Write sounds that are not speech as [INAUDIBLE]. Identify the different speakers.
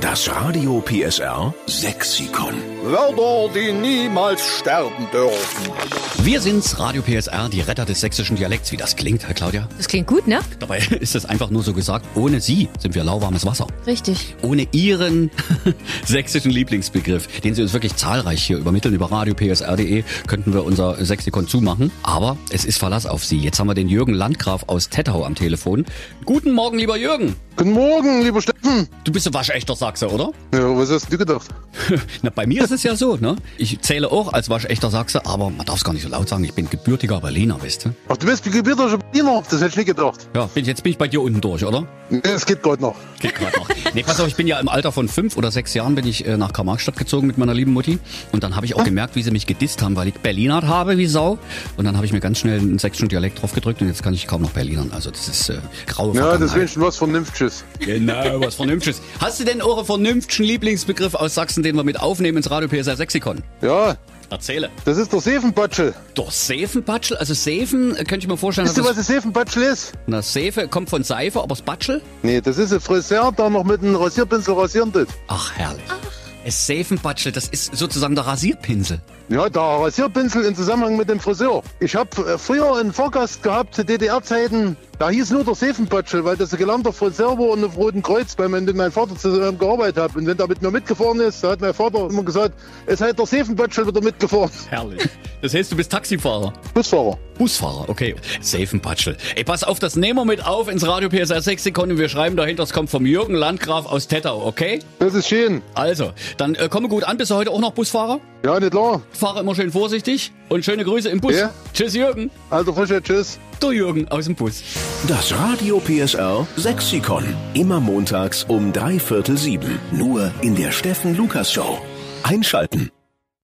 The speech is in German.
Speaker 1: Das Radio PSR Sexikon.
Speaker 2: Wörter, die niemals sterben dürfen.
Speaker 3: Wir sind's, Radio PSR, die Retter des sächsischen Dialekts. Wie das klingt, Herr Claudia?
Speaker 4: Das klingt gut, ne?
Speaker 3: Dabei [LAUGHS] ist es einfach nur so gesagt, ohne Sie sind wir lauwarmes Wasser.
Speaker 4: Richtig.
Speaker 3: Ohne Ihren [LAUGHS] sächsischen Lieblingsbegriff, den Sie uns wirklich zahlreich hier übermitteln über radiopsr.de, E, könnten wir unser Sexikon zumachen. Aber es ist Verlass auf Sie. Jetzt haben wir den Jürgen Landgraf aus Tettau am Telefon. Guten Morgen, lieber Jürgen.
Speaker 5: Guten Morgen, lieber Steffen.
Speaker 3: Du bist ein waschechter Sachse, oder? [LAUGHS]
Speaker 5: Ja, was hast du gedacht?
Speaker 3: Na, bei mir ist es ja so, ne? Ich zähle auch als waschechter Sachse, aber man darf es gar nicht so laut sagen. Ich bin gebürtiger Berliner, weißt du?
Speaker 5: Ach, du bist gebürtiger Berliner. Das hätte ich nicht gedacht.
Speaker 3: Ja, bin, jetzt bin ich bei dir unten durch, oder?
Speaker 5: Nee, Es geht gerade noch.
Speaker 3: Geht
Speaker 5: [LAUGHS]
Speaker 3: grad noch. Nee, pass auf, ich bin ja im Alter von fünf oder sechs Jahren bin ich äh, nach Karl-Marx-Stadt gezogen mit meiner lieben Mutti. Und dann habe
Speaker 5: Ah.
Speaker 3: ich auch gemerkt, wie sie mich gedisst haben, weil ich Berliner habe wie Sau. Und dann habe ich mir ganz schnell einen sächsischen Dialekt drauf gedrückt und jetzt kann ich kaum noch Berlinern. Also das ist äh, graue
Speaker 5: Ja, das
Speaker 3: Vergangenheit.
Speaker 5: wünschen was Vernünftiges.
Speaker 3: Genau, was Vernünftiges. Hast du denn euren vernünftigen Lieblingsbegriff aus Sachsen, den wir mit aufnehmen ins Radio PSR Sexikon?
Speaker 5: Ja,
Speaker 3: Erzähle.
Speaker 5: das ist der Seifenbatschel.
Speaker 3: Doch Seifenbatschel, also Seifen, äh, könnte ich mir vorstellen,
Speaker 5: Weißt du,
Speaker 3: dass
Speaker 5: was
Speaker 3: es-
Speaker 5: ein Seifenbatschel ist?
Speaker 3: na, Seife kommt von Seife, aber das Batschel?
Speaker 5: Nee, das ist ein Friseur, der noch mit einem Rasierpinsel rasieren tut.
Speaker 3: Ach, herrlich. Es Seifenbatschel, das ist sozusagen der Rasierpinsel.
Speaker 5: Ja, der Rasierpinsel im Zusammenhang mit dem Friseur. Ich habe früher einen Vorgast gehabt zu DDR-Zeiten. Da hieß nur der Seifenbatschel, weil das ein gelernter Friseur war und auf Roten Kreuz, weil mein, mit meinem Vater zusammen gearbeitet hat. Und wenn der mit mir mitgefahren ist, da hat mein Vater immer gesagt, es hat der Seifenbatschel wieder mitgefahren.
Speaker 3: Herrlich. Das heißt, du bist Taxifahrer.
Speaker 5: Busfahrer.
Speaker 3: Busfahrer, okay. Seifenpatschel. Ey, pass auf, das nehmen wir mit auf ins Radio PSR 6 Sekunden. Wir schreiben dahinter, es kommt vom Jürgen Landgraf aus Tettau, okay?
Speaker 5: Das ist schön.
Speaker 3: Also, dann äh, komme gut an. Bist du heute auch noch Busfahrer?
Speaker 5: Ja, nicht klar.
Speaker 3: Fahre immer schön vorsichtig und schöne Grüße im Bus.
Speaker 5: Ja.
Speaker 3: Tschüss, Jürgen.
Speaker 5: Also Frische, tschüss.
Speaker 3: Du Jürgen aus dem Bus.
Speaker 1: Das Radio PSR Sexikon. Immer montags um drei Viertel sieben. Nur in der Steffen Lukas Show. Einschalten.